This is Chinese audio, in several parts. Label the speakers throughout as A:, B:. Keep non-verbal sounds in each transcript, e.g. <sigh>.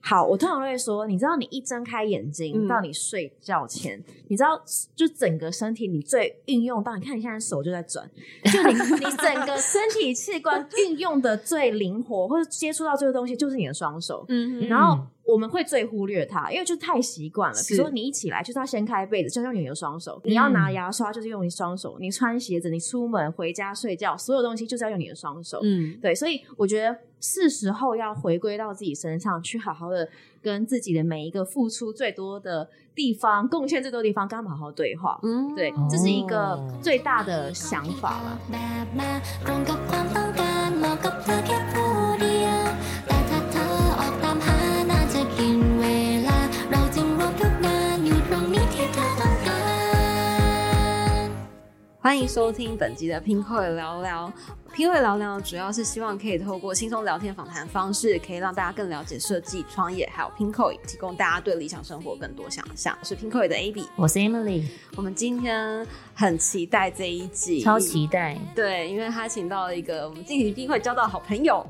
A: 好，我通常都会说，你知道，你一睁开眼睛
B: 嗯
A: 到你睡觉前，你知道，就整个身体你最运用到，你看你现在手就在转，就你你整
B: <laughs>
A: 个身体器官运用的最灵活，或者接触到这个东西，就是你的双手。
B: 嗯
A: 然后我们会最忽略它，因为就太习惯了。比
B: 是嗯
A: 如说你一起来就是要掀开被子，就要用你的双手；你要拿牙刷就是用你双手；你穿鞋子、你出门、回家、睡觉，所有东西就是要用你的双手。
B: 嗯，
A: 对，所以我觉得是时候要回归到自己身上，去好好的跟自己的每一个付出最多的地方、贡献最多的地方，跟他们好好对话。
B: 嗯
A: 对，这是一个
C: 哦
A: 最大的想法啦。
D: แบบมาตรงกับความต้องการเหมาะกับเธอแค่ผู้เดียว แต่ถ้าเธอออกตามหาน่าจะกินเวลา เราจึงรวมทุกงานอยู่ตรงนี้ที่เธอต้องการ
B: 欢迎收听本集的拼会聊聊。拼会聊聊主要是希望可以透过轻松聊天访谈方式，可以让大家更了解设计、创业，还有拼会，提供大家对理想生活更多想象。我是拼会的 AB，
C: 我是 Emily，
B: 我们今天很期待这一集，
C: 超期待
B: 对，因为他请到了一个我们近期拼会交到的好朋友，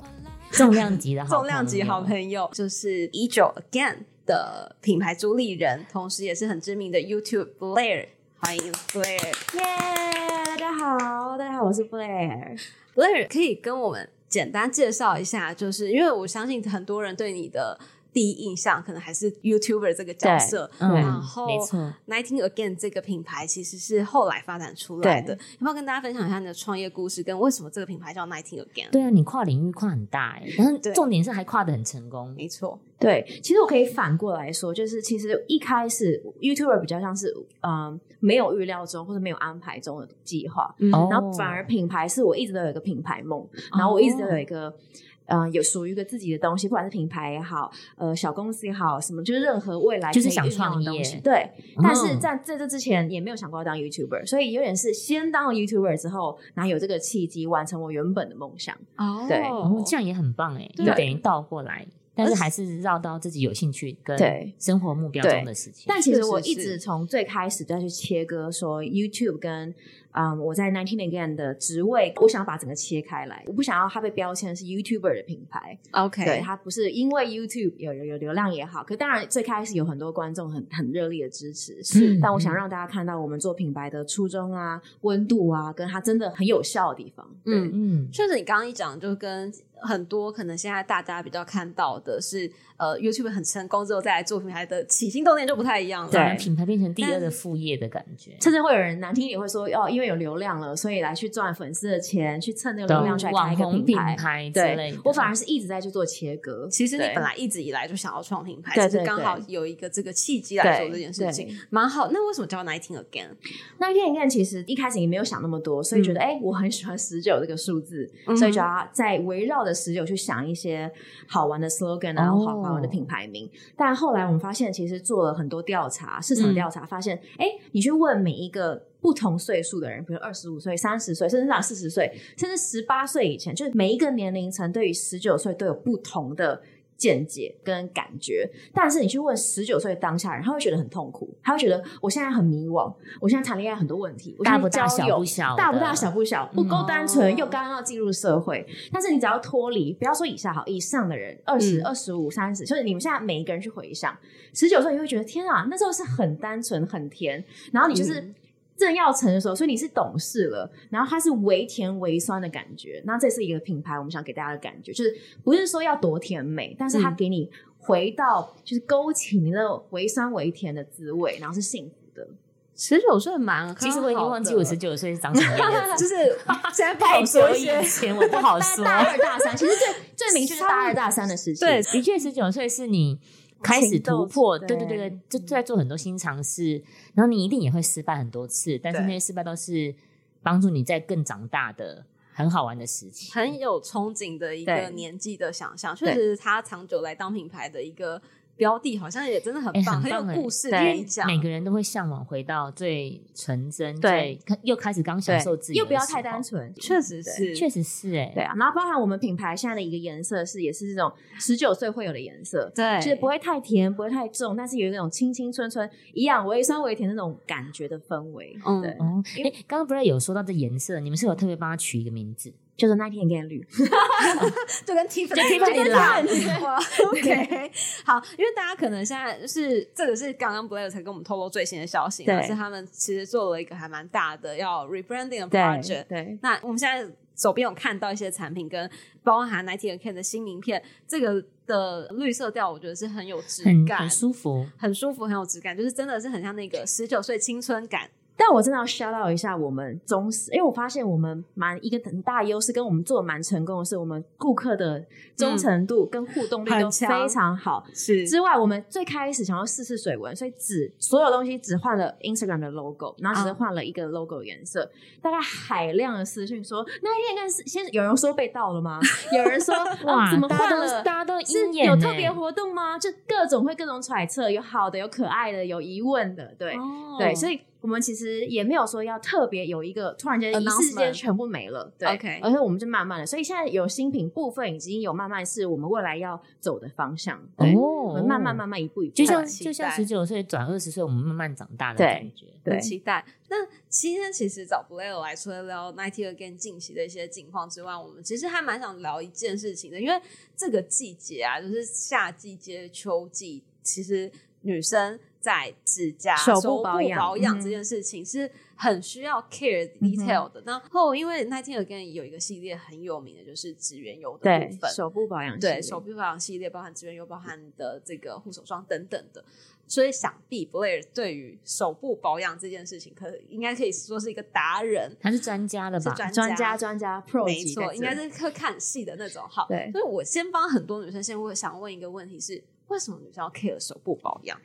C: 重量级的好朋友
B: 重量级好朋友，就是一九 Again 的品牌主理人，同时也是很知名的 YouTube Blair。欢迎 Blair。
A: 耶哎大家好，大家好，我是 Blair。
B: Blair 可以跟我们简单介绍一下，就是因为我相信很多人对你的第一印象可能还是 YouTuber 这个角色，
C: 嗯
B: 然后
C: 没错。
B: Nineteen Again 这个品牌其实是后来发展出来的，要不要跟大家分享一下你的创业故事，跟为什么这个品牌叫 Nineteen Again？，
C: 对啊，你跨领域跨很大哎、但是
B: 对
C: 重点是还跨得很成功。
A: 嗯
B: 没错，
A: 对，其实我可以反过来说，就是其实一开始 YouTuber 比较像是嗯没有预料中或者没有安排中的计划，
B: 嗯
C: 哦哦
A: 然后反而品牌是我一直都有一个品牌梦，然后我一直都有一个。呃，有属于一个自己的东西，不管是品牌也好，呃，小公司也好，什么就是任何未来
C: 就是
A: 可以
C: 想
A: 运用的
C: 创
A: 东
C: 业
A: 西对。但是
C: 嗯
A: 在在这之前也没有想过要当 YouTuber，所以有点是先当了 YouTuber 之后，然后有这个契机完成我原本的梦想。
B: 哦
A: 对
C: 哦，这样也很棒哎、欸，
B: 对
C: 就等于倒过来，但是还是绕到自己有兴趣跟
A: 对
C: 生活目标中的事情。
A: 但其
B: 是
A: 实
B: 是
A: 我一
B: 是
A: 直从最开始再去切割，说 YouTube 跟嗯我在 Nineteen Again 的职位，我想要把整个切开来，我不想要它被标签是 YouTuber 的品牌。
B: ，OK，
A: 对，它不是因为 YouTube 有有有流量也好，可当然最开始有很多观众很很热烈的支持，
B: 嗯
C: 是
A: 但我想让大家看到我们做品牌的初衷啊、温度啊，跟它真的很有效的地方。对
B: 嗯，
C: 嗯，
B: 确实，你刚刚一讲，就跟很多可能现在大家比较看到的是，呃，YouTube 很成功之后再来做品牌的起心动念就不太一样了。
C: 反而
A: 对
C: 品牌变成第二
B: 但
C: 的副业的感觉，
A: 甚至会有人难听一点会说哦，因为有流量了，所以来去赚粉丝的钱，去蹭那个流量去来开
C: 网
A: 一个
C: 红
A: 品
C: 品
A: 牌。
C: 牌之类
A: 对
C: 的，，
A: 我反而是一直在去做切割。
B: 其实你
A: 对
B: 本来一直以来就想要创品牌，
A: 对
B: 只是
A: 对
B: 刚
A: 对
B: 好有一个这个契机来做这件事情，
A: 对
B: 蛮好。那为什么叫 Nineteen Again？
A: 那练一练，其实一开始也没有想那么多，所以觉得哎、诶我很喜欢十九这个数字，
B: 嗯
A: 所以就要在围绕着十九去想一些好玩的 slogan 啊，
C: 哦
A: 好玩的品牌名。但后来我们发现，其实做了很多调查，市场调查，发现哎、诶你去问每一个。不同岁数的人，比如二十五岁、三十岁，甚至到四十岁，甚至十八岁以前，就是每一个年龄层对于十九岁都有不同的见解跟感觉。但是你去问十九岁当下人，他会觉得很痛苦，他会觉得我现在很迷惘，我现在谈恋爱很多问题，我现
C: 大
A: 在
C: 不大
A: 交
C: 小
A: 友
C: 不小，
A: 大不大小。不小，不够单
B: 嗯
A: 纯，又刚刚要进入社会。但是你只要脱离，不要说以下好，以上的人，二十
B: 嗯
A: 二十五、三十，就是你们现在每一个人去回想，十九岁你会觉得天啊，那时候是很单纯、很甜，然后你就是
B: 嗯
A: 正要成熟，所以你是懂事了，然后它是微甜微酸的感觉。那这是一个品牌，我们想给大家的感觉，就是不是说要多甜美，但是它
B: 嗯
A: 给你回到就是勾起你那种微酸微甜的滋味，然后是幸福的。
B: 十九岁蛮，
C: 其实我已经忘记我十
A: <laughs>
B: 九，
C: 九岁是长什么样子，
B: 就是现在不
C: 太
B: 好
C: 久
B: 说一
C: 以
B: 些。
C: 前我不
A: <laughs>
C: 好
A: 大
C: 说。
A: 大二大三，其实 <laughs> 最最明确就是大二大三的事情。
B: 对
C: 的确，十九岁是你开始突破，
A: 情
C: 对
A: 窦嗯
C: 对
A: 初开
C: 对对，就就在做很多新尝试，然后你一定也会失败很多次，但是那些失败都是帮助你在更长大的很好玩的事情。
B: 很有憧憬的一个
A: 对
B: 年纪的想象，确
A: 对
B: 实他长久来当品牌的一个标的，好像也真的很
C: 哎
B: 棒，
C: 很棒
B: 有
C: 哎
B: 故事
A: 对
B: 可以讲。
C: 每个人都会向往回到最纯真，
A: 对
C: 最又开始刚享受自己，
A: 又不要太单，纯，
B: 确实
A: 对。
B: 是，
C: 确实是哎、
A: 对啊，然后包含我们品牌现在的一个颜色是，也是这种十九岁会有的颜色，
B: 对
A: 就是不会太甜，不会太重，但是有一种清清春春、一样微酸微甜那种感觉的氛围。
B: 嗯
A: 对，
C: 哦，哎，刚刚不是有说到这颜色，你们是有特别帮他取一个名字？
A: 就是那天 again 绿，
B: 就跟 Tiffany
C: 就 Tiffany
B: <laughs>
C: 啦
B: OK，好，因为大家可能现在就是这个是刚刚 Blair 才跟我们透露最新的消息嘛，
A: 对
B: 是他们其实做了一个还蛮大的要 rebranding 的
A: 对
B: project。
A: 对，
B: 那我们现在手边有看到一些产品，跟包含 Nike and Ken 的新名片，这个的绿色调我觉得是很有质
C: 很
B: 感，
C: 很舒服。
A: 啊
B: 很舒服，很有质感，就是真的是很像那个十九岁青春感。
A: 但我真的要 shout out 一下我们中实，因为我发现我们蛮一个很大的优势，跟我们做的蛮成功的是，我们顾客的忠诚度跟互动率
B: 很
A: 都
B: 强
A: 非常好。
B: 是
A: 之外，我们最开始想要试试水纹，所以只所有东西只换了 Instagram 的 logo，然后
C: 嗯
A: 只是
B: 啊
A: 换了一个 logo 颜色。大概海量的私讯说，那一天看是先有人说被盗了吗？有
C: <laughs>
A: 人说哇、
C: 哇，
A: 啊怎么
C: 大家
A: 换
C: 都
A: 了？
C: 大家都
A: 是
C: 鹰眼
A: 有特别
C: 欸
A: 活动吗？就各种会各种揣测，有好的，有可爱的，有疑问的，对。
B: 哦
A: 对，所以我们其实也没有说要特别有一个突然间一时
B: Announcement
A: 间全部没了，对
B: OK
A: 而且我们就慢慢的，所以现在有新品部分已经有慢慢是我们未来要走的方向，对，我
C: 哦
A: 们慢慢慢慢一步一步
C: 就
A: 来，
C: 像
B: 期
C: 就像
B: 待
C: 十九岁转二十岁，我们慢慢长大的
A: 对
C: 感觉。
A: 对
B: 很期待。那今天其实找 Blair 来，除了聊 Ninety Again 近期的一些近况之外，我们其实还蛮想聊一件事情的，因为这个季节啊，就是夏季接秋季，其实女生在指甲、
A: 手部
B: 保
A: 保养嗯
B: 这件事情是很需要 care
A: 嗯
B: detail 的。然后，因为 Ninety Again 有一个系列很有名的，就是指缘油的部
A: 对
B: 分，
A: 手部保养系列，
B: 对手臂保养系列，包含资源又包含你的这个护手霜等等的，所以想必 Blair 对于手部保养这件事情，可应该可以说是一个达人，
C: 他是专家了
B: 是
C: 吧？
B: 专
A: 专
B: 家
A: 家专家 pro
B: 没
A: 级的
B: 错，
A: 这
B: 应该是会看戏的那种。好，
A: 对
B: 所以我先帮很多女生先问，想问一个问题是。为什么女生要 care 手部保养？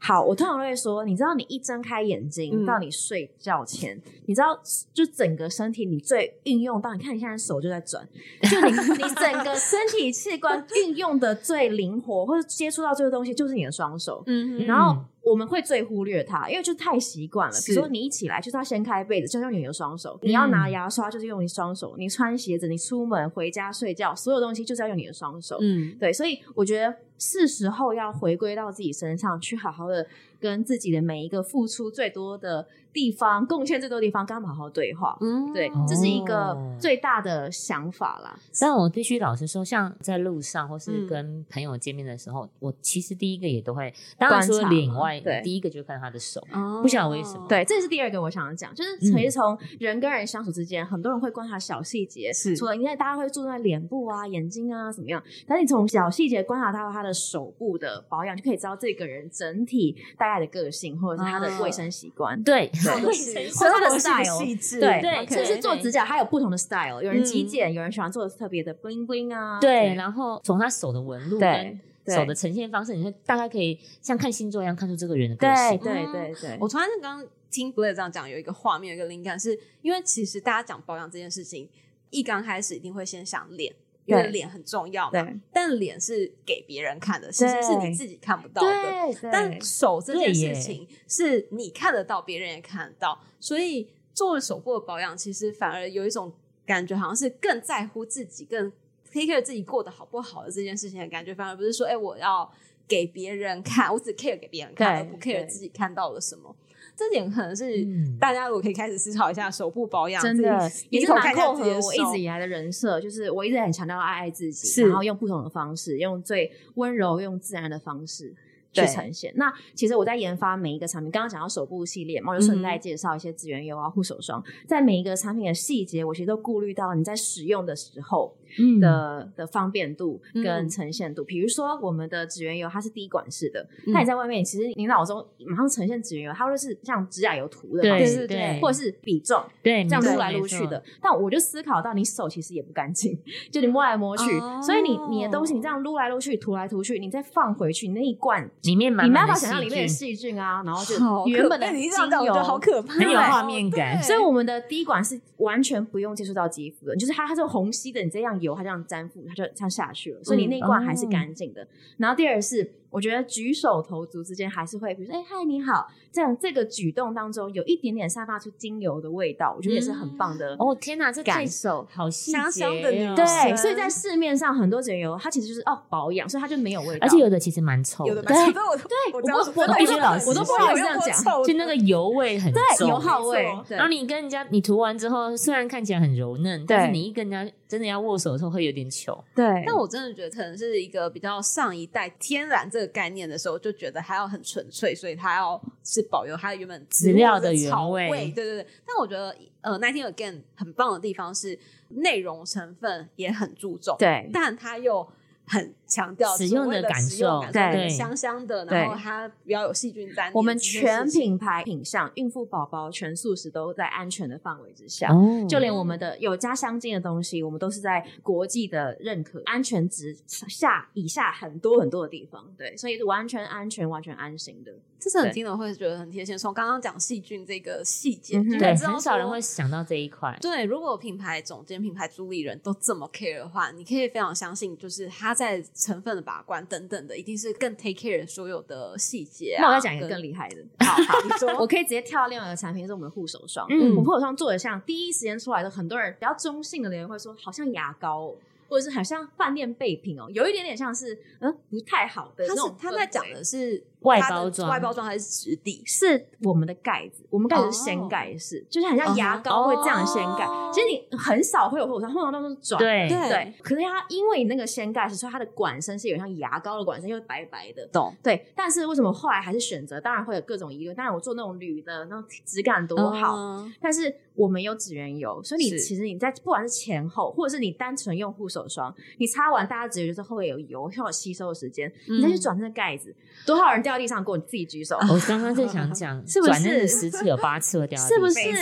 A: 好，我通常都会说，你知道，你一睁开眼睛
B: 嗯
A: 到你睡觉前，你知道，就整个身体你最运用到，你看你现在手就在转，就 <laughs> 你你整个身体器官运用的最灵活，或者接触到最多东西，就是你的双手。
B: 嗯
A: 然后我们会最忽略它，因为就太习惯了。比
B: 是
A: 如说你一起来就是要先开被子，就是用你的双手；你要拿
C: 嗯
A: 牙刷就是用你双手；你穿鞋子、你出门、回家、睡觉，所有东西就是要用你的双手。
B: 嗯，
A: 对，所以我觉得是时候要回归到自己身上，去好好的跟自己的每一个付出最多的地方、贡献最多的地方，跟他们好好对话。
B: 嗯
A: 对，这是一个
B: 哦
A: 最大的想法啦。
C: 但我必须老实说，像在路上或是
B: 嗯
C: 跟朋友见面的时候，我其实第一个也都会，当然除了
A: 观察
C: 脸以外，
A: 对
C: 第一个就看他的手。
B: 哦
C: 不晓得为什么
A: 对，这也是第二个我想讲，就是其实从人跟人相处之间，很多人会观察小细节，
B: 是
A: 除了因为大家会注重在脸部啊、眼睛啊怎么样，但是你从小细节观察到他的手部的保养，就可以知道这个人整体大概的个性，或者是他的
B: 啊
A: 卫生习惯。
C: 对，
B: 对
A: 卫
B: 是
A: 生习
B: 或者
A: 惯
B: 它的
A: 生活
B: style
A: 细
B: 致
A: 对
C: 对
A: 甚
B: OK
A: 至做
C: 对
A: 指甲还有不同的 style，有人极
B: 嗯
A: 简，有人喜欢做的特别的 bling bling 啊，
C: 对，然后从他手的纹路跟
A: 对对
C: 手的呈现方式，你就大概可以像看星座一样看出这个人的个
A: 对
C: 性。
A: 对
B: 嗯
A: 对对，
B: 我突然刚刚听 Blair 这样讲，有一个画面，有一个灵感是，因为其实大家讲保养这件事情，一刚开始一定会先想脸，因为
A: 对
B: 脸很重要嘛。
A: 对
B: 但脸是给别人看的，其实是你自己看不到的。
A: 对对，
B: 但手这件
C: 对耶
B: 事情是你看得到，别人也看得到，所以做了手部的保养，其实反而有一种感觉，好像是更在乎自己，更 take care 自己过得好不好的这件事情的感觉，反而不是说，哎、我要给别人看，我只 care 给别人看，
A: 对
B: 而不 care
A: 对
B: 自己看到了什么。这点可能是
C: 嗯
B: 大家如果可以开始思考一下手部保养，
A: 真的
B: 自己
A: 也
B: 低
A: 是
B: 头
A: 蛮
B: 看一下
A: 扣
B: 自
A: 合
B: 己的
A: 我一
B: 手
A: 直以来的人设，就是我一直很强调要爱爱自己，
B: 是
A: 然后用不同的方式，用最温柔、用自然的方式。去
B: 对
A: 呈现。那其实我在研发每一个产品，刚刚讲到手部系列嘛，我就顺
B: 嗯
A: 带介绍一些资源油啊、护手霜，在每一个产品的细节，我其实都顾虑到你在使用的时候，
C: 嗯，
A: 的的方便度
B: 嗯
A: 跟呈现度。比如说我们的指缘油，它是滴管式的，
B: 嗯
A: 那你在外面，其实你脑中马上呈现指缘油，它会是像指甲油涂的方
C: 对
A: 式，
B: 对对对
A: 或者是比重
C: 对
B: 嗯
A: 这样撸来撸去的。。但我就思考到，你手其实也不干净，就你摸来摸去，
B: 哦
A: 所以你你的东西你这样撸来撸去、涂来涂去，你再放回去，你那一罐。
C: 里面
A: 你
C: 满
A: 没
C: 满
A: 办
C: 的
A: 法
C: 细
A: 想象里面的
C: 菌，
A: 细菌啊，然后就
B: 好可
A: 原本的
B: 哎
A: 精
B: 你这样讲我
A: 油
B: 觉得好可怕，哦
C: 很有画面感
B: 对
A: 所以我们的滴管是完全不用接触到肌肤的，就是它它是虹
B: 嗯哦
A: 吸的，你这样油它这样粘附，它就它下去了，所以你那一罐还是干净的。然后第二是我觉得举手投足之间还是会，比如说哎嗨你好，这样这个举动当中有一点点散发出精油的味道，我觉得也是
B: 嗯
A: 很棒的。
C: 哦天哪，这太
A: 感受
C: 好细节、哦，
B: 香香的女
A: 对，所以在市面上很多精油，它其实就是哦保养，所以它就没有味道。
C: 而且有的其实蛮臭
B: 有的
C: 的，
B: 吧？
A: 对
B: 其实我都
A: 对
B: 我
A: 我
B: 知
A: 我
B: 道是
A: 我
B: 真的
C: 必
B: 有
C: 须
B: 的
C: 老
B: 很
C: 实
B: 臭
A: 说
B: 有
A: 这样
B: 用过
A: 讲
B: 臭
C: 就
B: 的
C: 那个油味很
A: 对
C: 重。
A: 油耗味
B: 没错，
A: 对
C: 然后你跟人家，你涂完之后，虽然看起来很柔嫩，但是你一跟人家真的要握手的时候，会有点糗。
A: 对
B: 但我真的觉得可能是一个比较上一代天然这个概念的时候，就觉得它要很纯粹，所以它要是保留它原本
C: 资料的
B: 植物
C: 原
B: 草
C: 味
B: 对对对。但我觉得呃，Nineteen Again 很棒的地方是内容成分也很注重，，
A: 对
B: 但它又。很强调
C: 使用
B: 所谓
C: 的
B: 的
C: 感
B: 使用
C: 受
B: 感
A: 对
B: 很香香的，
A: 对
B: 然后它不要有细菌沾黏这件事情。
A: 我们全品牌品相，孕妇宝宝全素食都在安全的范围之下。
C: 哦
A: 就连我们的有加香精的东西，我们都是在国际的认可安全值下以下很多很多的地方，对，所以是完全安全、完全安心的。
B: 这是很
A: 对
B: 听了会觉得很贴心。从刚刚讲细菌这个细节，
A: 嗯哼
B: 就
C: 对，
B: 知道
C: 很少人
B: 说
C: 会想到这一块。
B: 对，如果品牌总监、品牌主理人都这么 care 的话，你可以非常相信，就是他在成分的把关等等的，一定是更 take care 所有的细节、啊。
A: 那我再讲一个
B: 跟
A: 更厉害的，
B: <laughs> 好，好你说
A: <laughs> 我可以直接跳另外一个产品，是我们的护手霜。
C: 嗯
A: 我们护手霜做的像第一时间出来的，很多人比较中性的留言会说，好像牙膏、哦，或者是好像饭店备品哦，有一点点像是嗯不太好的
B: 他
A: 那
B: 是
A: 种
B: 他
A: 氛
B: 在
A: 围
B: 讲的是
C: 外
B: 它的
C: 包装
B: 外包装还是质地？
A: 是我们的盖子，我们盖子是
B: 哦
A: 掀盖式，就是很
B: 嗯
A: 像
B: 哼
A: 牙膏会这样掀盖。
B: 哦
A: 其实你很少会有护手霜，通常都是转的
C: 对
B: 对
A: 对。可是它因为你那个掀盖式，所以它的管身是有点像牙膏的管身，又白白的。
B: 懂
A: 对，但是为什么后来还是选择？当然会有各种疑问。当然，我做那种铝的，那种质感多好，
B: 嗯
A: 但是我们有指缘油，所以你
B: 是
A: 其实你在不管是前后，或者是你单纯用护手霜，你擦完大家指觉就是会有油，会有吸收的时间，你再去
B: 嗯啊
A: 转那个盖子，多少人掉地上过，你自己举手。
C: 我刚刚正想讲，
A: 是不是
C: 转那个十次有八次会掉到地
A: 是不
C: 上，
A: 是
B: 没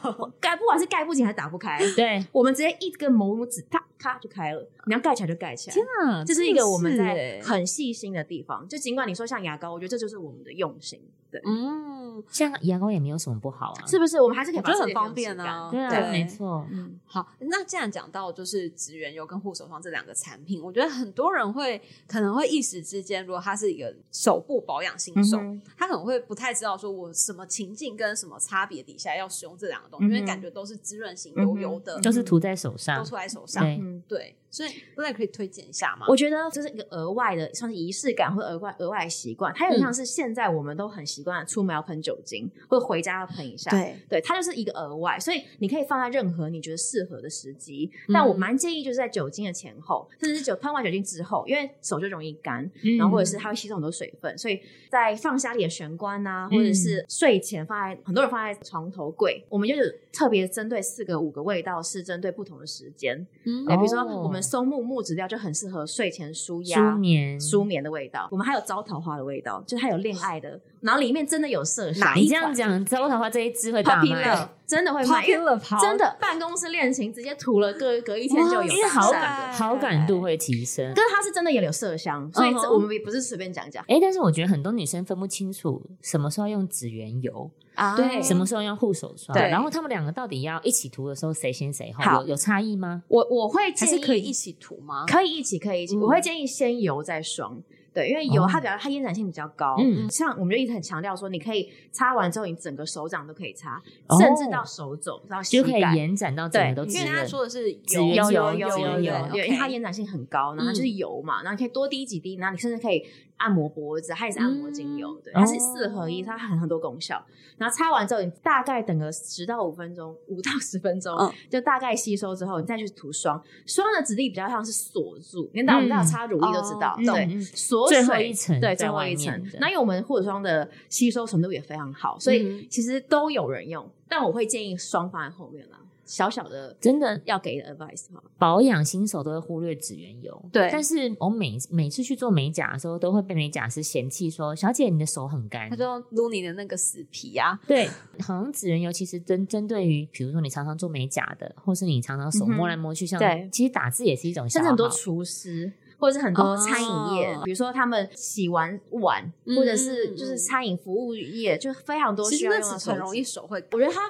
B: 错，
A: 我盖不管是盖不紧还是打不开，
C: <laughs> 对，
A: 我们直接一根拇指咔咔就开了，你要盖起来就盖起来。
B: 啊
A: 这是一个我们
B: 真
A: 在
B: 是欸
A: 很细心的地方，就尽管你说像牙膏，我觉得这就是我们的用心，对，
B: 嗯，
C: 像牙膏也没有什么不好啊。
A: 是不是？我们还是可以
B: 我
A: 把
B: 觉得
A: 这
B: 很
A: 点
B: 方
A: 留质
B: 便啊。
A: 感
C: 对啊，
A: 对
C: 没错。
A: 嗯，
B: 好，那既然讲到就是植源油跟护手霜这两个产品，我觉得很多人会可能会一时之间，如果他是一个手部保养新手，
A: 嗯
B: 他可能会不太知道说我什么情境跟什么差别底下要使用这两个东西，
A: 嗯哼
B: 因为感觉都是滋润型油油的，
A: 嗯哼
C: 都是涂在手
B: 都
C: 上，
B: 出在手上。
C: 对，
A: 嗯
B: 对，所以大家可以推荐一下吗？
A: 我觉得这是一个额外的，算是仪式感或额外额外的习惯。还
B: 嗯
A: 有像是现在我们都很习惯出门要喷酒精，或者回家要喷一下。
B: 对，
A: 对，它就是一个额外，所以你可以放在任何你觉得适合的时机。
B: 嗯
A: 但我蛮建议就是在酒精的前后，甚至是酒喷完酒精之后，因为手就容易干，
C: 嗯
A: 然后或者是它会吸收很多水分，所以在放家里的玄关呐、
C: 嗯
A: 或者是睡前放在很多人放在床头柜，我们就是特别针对四个五个味道，是针对不同的时间。
B: 嗯
A: 哎对，比如说
C: 哦
A: 我们松木木质调就很适合睡前舒压、
C: 舒眠
A: 舒眠的味道。我们还有招桃花的味道，就是它有恋爱的，然后里面真的有麝香。
C: 你这样讲，啊招桃花这一支会大
A: Poppy
C: 卖
A: Love，，真的会
B: 跑
A: 卖，因
B: 偏
A: 为
B: 了跑，
A: 真的办公室恋情直接涂了隔隔一天就有，
B: 哇
C: 因为好
B: 散散
C: 感
B: 的
C: 好感度会提升。
A: 跟它是真的也有麝香，所以
B: 嗯
A: 这
B: 哼
A: 我们也不是随便讲讲
C: 哎、但是我觉得很多女生分不清楚什么时候要用指缘油，
A: 啊
B: 对
C: 什么时候用护手霜，
B: 对
C: 然后他们两个到底要一起涂的时候谁先谁后，
A: 好
C: 有有差异吗？
A: 我我会
B: 还
A: 建
B: 是
A: 议
B: 可以一起涂吗？
A: 可以一起，可以一起。
B: 嗯
A: 我会建议先油再霜，对，因为油
C: 哦
A: 它比较它延展性比较高。
C: 嗯
A: 像我们就一直很强调说，你可以擦完之后，你整个手掌都可以擦，
C: 哦
A: 甚至到手肘到膝
C: 就可以
A: 盖。
C: 延展到整个都
B: 因
C: 指
B: 为大家
C: 缘。
B: 说的是
C: 指缘
A: 有
C: 油
A: 有有
C: 指缘
A: 有
C: 油
A: 有，
B: 对
A: 对，因为它延展性很高，然后它就是
B: 嗯
A: 油嘛，然后你可以多滴几滴，然后你甚至可以按摩脖子，它也是按摩精油，对，
C: 嗯
A: 它是四合一，它很很多功效。然后擦完之后，你大概等个十到五分钟，五到十分钟
B: 嗯，
A: 就大概吸收之后，你再去涂霜。霜的质地比较像是锁住，你知道我们知道
C: 嗯
A: 擦乳液都知道，
B: 哦
A: 对，
C: 嗯嗯
A: 锁
C: 最
A: 水
C: 后一层
A: 对，
C: 在
A: 最后
C: 外
A: 一
C: 面
A: 层
C: 的。
A: 那因为我们护手霜的吸收程度也非常好，所
B: 嗯
A: 以其实都有人用，但我会建议霜放在后面啦，小小的
C: 真的
A: 要给的 advice 哈。
C: 保养新手都会忽略指缘油，
B: 对
C: 但是我每每次去做美甲的时候，都会被美甲师嫌弃说：“小姐，你的手很干。
B: 他”就撸你的那个死皮啊，
C: 对，好像指缘油其实针针对于，比如说你常常做美甲的，或是你常常手
A: 嗯哼
C: 摸来摸去，像
A: 对
C: 其实打字也是一种消
A: 甚
C: 耗，
A: 至很多厨师或者是很多餐饮业，
B: 嗯哦
A: 比如说他们洗完碗，
B: 嗯
A: 或者是
B: 嗯
A: 就是
B: 嗯
A: 餐饮服务业，就非常多
B: 其
A: 需
B: 实
A: 要
B: 那
A: 用到
B: 只
A: 手
B: 很容易
A: 机。
B: 手会
A: 我觉得它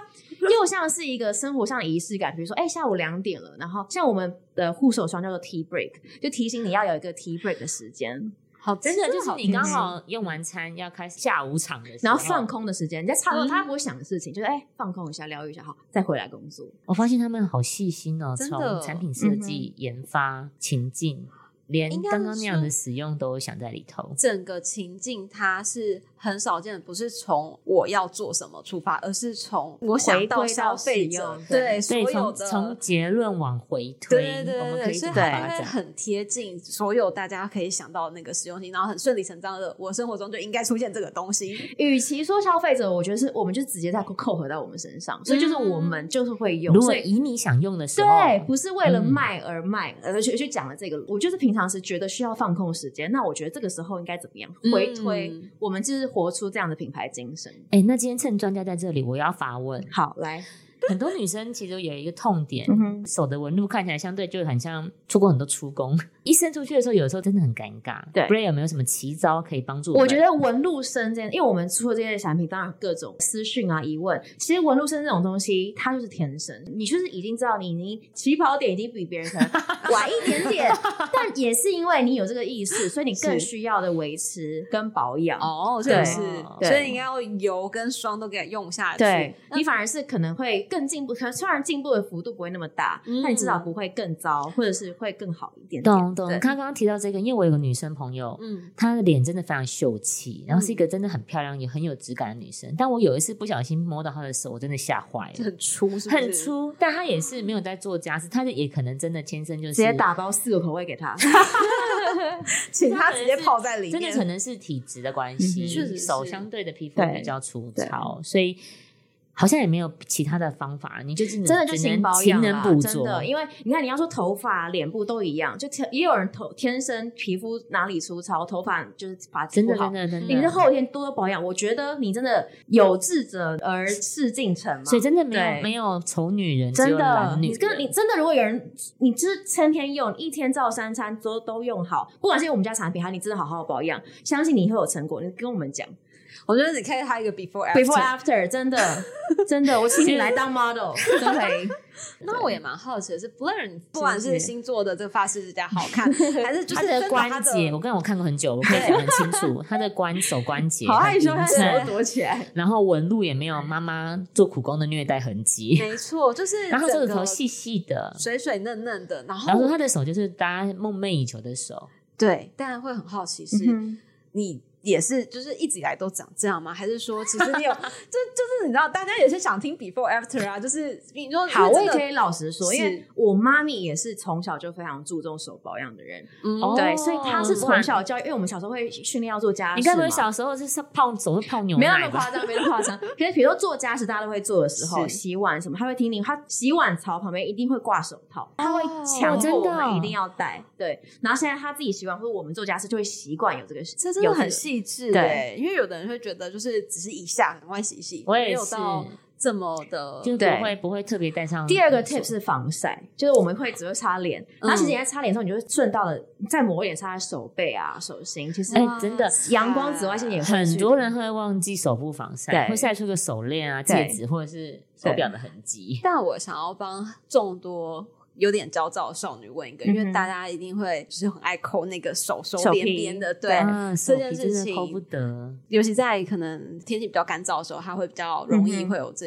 A: 又像是一个生活上的仪式感，比如说，哎、下午两点了，然后像我们的护手霜叫做 tea break，就提醒你要有一个 tea break 的时间。
B: 好
C: 真的就是你刚
B: 好听
C: 好用完餐要开始下午场的时候，
A: 然后放。空的时间，你在差不多
B: 嗯
A: 他不会想的事情，就是哎、放空一下，疗愈一下，好，再回来工作。
C: 我发现他们好细心哦，
B: 真的
C: 从产品设计、研发、情境，连
B: 应该
C: 刚刚那样
B: 说
C: 的使用都有想在里头。
B: 整个情境它是很少见的，不是从我要做什么出发，而是从我想到消
A: 回
B: 费
A: 归
B: 者
A: 到使用
B: 对
A: 对
B: 所
C: 对，
B: 有
C: 从
B: 的
C: 从结论往回推，
B: 对对
C: 我
B: 对
C: 们
B: 对
C: 可
B: 对，
C: 以
B: 所以
C: 怎么
B: 它应
C: 发
B: 该
C: 展？
B: 很贴近所有大家可以想到的那个实用性，然后很顺理成章的，我生活中就应该出现这个东西。
A: 与其说消费者，我觉得是我们就直接在扣合到我们身上，所以就是
B: 嗯
A: 我们就是会用，
C: 如果
A: 所以
C: 以你想用的时候，
A: 对，不是为了
C: 嗯
A: 卖而卖，而去去讲了这个，我就是平常时觉得需要放空时间，那我觉得这个时候应该怎么样回推？
B: 嗯
A: 我们就是活出这样的品牌精神。
C: 哎，那今天趁专家在这里，我要发问。
A: 好，来，
C: 很多女生其实有一个痛点，
A: 嗯哼，
C: 手的纹路看起来相对就很像出过很多出工， <laughs> 一伸出去的时候，有时候真的很尴尬。
A: 对
C: 不然有没有什么奇招可以帮助
A: 我
C: 们
A: 觉得纹路深这件，因为我们出了这些产品，当然各种私讯啊、疑问。其实纹路深这种东西，它就是天生，你就是已经知道你你起跑点已经比别人可能 <laughs> 晚一点点，但也是因为你有这个意识，所以你更
B: 是
A: 需要的维持跟保养。
B: 哦，
A: 对
B: 就是，
A: 对
B: 所以你应该要油跟霜都给它用下去。
A: 对你反而是可能会更进步，可能虽然进步的幅度不会那么大，
B: 嗯
A: 但你至少不会更糟，或者是会更好一点点。
C: 懂懂。
B: 对
C: 他刚刚提到这个，因为我有个女生朋友，
B: 嗯，
C: 她的脸真的非常秀
A: 嗯
C: 气，然后是一个真的很漂亮、也很有质感的女生。但我有一次不小心摸到她的手，我真的吓坏了，
B: 很粗，是不是
C: 很。粗。但她也是没有在做家事，她的也可能真的天生就是
A: 直接打包四个口味给他，
B: 请它直接泡在里
C: 真的
B: 面，
C: 可能是体质的关
A: 嗯
C: 系，
A: 哼
B: 确实是
C: 手相对的皮肤
A: 对
C: 比较粗糙，所以好像也没有其他的方法，你就是
A: 真的就
C: 只
A: 勤
C: 能
A: 保
C: 勤
A: 养
C: 能
A: 啦，
C: 补
A: 真
C: 拙。
A: 的，因为你看你要说头发、脸部都一样，就天也有人头天生皮肤哪里粗糙，头发就是发质
C: 真
A: 不
C: 的
A: 好
C: 真。的真
A: 你的
C: 的，
A: 后天多多保养，我觉得你真的有志者而事竟成嘛。
C: 所以真的没有
A: 对
C: 没有丑女人，只
A: 真
C: 有
A: 的，
C: 懒女
A: 你
C: 人。
A: 跟你真的，如果有人，你就是天天用，一天照三餐都都用好，不管是我们家产品，还是你真的好好保养，相信你会有成果。你跟我们讲
B: 我觉得你看它一个 before after，
A: before after，真 <laughs> 的真的，我请你来当 <laughs> model 都可以。
B: 那我也蛮好奇的是，Blair，不管是星座的这个发饰之家好看，还是就
C: 她
B: 是真
C: 的关节，我
B: 的
C: 跟我看过很久，我可以讲很清楚，她的关手关节
A: 好害羞，
C: 很
A: 他
C: 匀
A: 手
C: 称
A: 都躲起来。
C: 然后纹路也没有妈妈做苦工的虐待痕迹，
B: 没错，就是
C: 然后这
B: 整
C: 个
B: 个
C: 头细细的，
B: 水水嫩嫩的，然
C: 然后
B: 后
C: 她的手就是大家梦寐以求的手，
B: 对，当然会很好奇是，
A: 嗯
B: 你也是就是一直以来都长这样吗？还是说其实你有就就是你知道大家也是想听 before after 啊，就是你说
A: 好，我
B: 这
A: 也
B: 个
A: 可以老实说，因为
B: 是
A: 我妈咪也是从小就非常注重手保养的人，
B: 嗯
C: 哦
A: 对，所以她是从小教育，因为我们小时候会训练要做家事嘛，
C: 你该不会小时候是泡总会泡牛
A: 啊没有那
C: 奶
A: 么
C: 吧？
A: 夸张，没那么夸张。
B: <laughs>
A: 可是比如说做家事，大家都会做的时候，
B: 是
A: 洗碗什么，他会听你，他洗碗槽旁边一定会挂手套，他会
C: 哦
A: 强
C: 真
A: 迫
C: 的
A: 我
C: 哦
A: 们一定要戴。对，然后现在他自己洗碗或者我们做家事就会习惯有这个，
B: 哦
A: 这
B: 这真的很细致
A: 对
B: 欸，因为有的人会觉得就是只是一下赶快洗一洗，
C: 我也
B: 没有
C: 是
B: 到这么的
C: 就是
A: 呃对
C: 不会不会特别带上。
A: 第二个 tip 是防晒，就是我们会只会擦脸，
B: 嗯
A: 然后其实你在擦脸的时候，你就会顺道的再抹一点擦在手背啊、手心。其实
C: 哎
B: 哇
C: 真的
B: 塞
A: 阳光紫外线也会
C: 很
A: 去
C: 多人会忘记手部防晒，
A: 对
C: 会晒出个手链啊、戒
A: 对
C: 指或者是手表的痕迹。
B: 但我想要帮众多有点焦躁的少女问一个，因
A: 嗯
B: 为
A: 哼
B: 大家一定会就是很爱抠那个手手
A: 手
B: 边
A: 皮
B: 边的，
A: 对
B: 对，
C: 啊，
B: 这
C: 手
B: 件
C: 皮
B: 事
C: 真
B: 情
C: 的抠不得。
B: 尤其在可能天气比较干燥的时候，它会比较容易
A: 嗯哼
B: 会有这。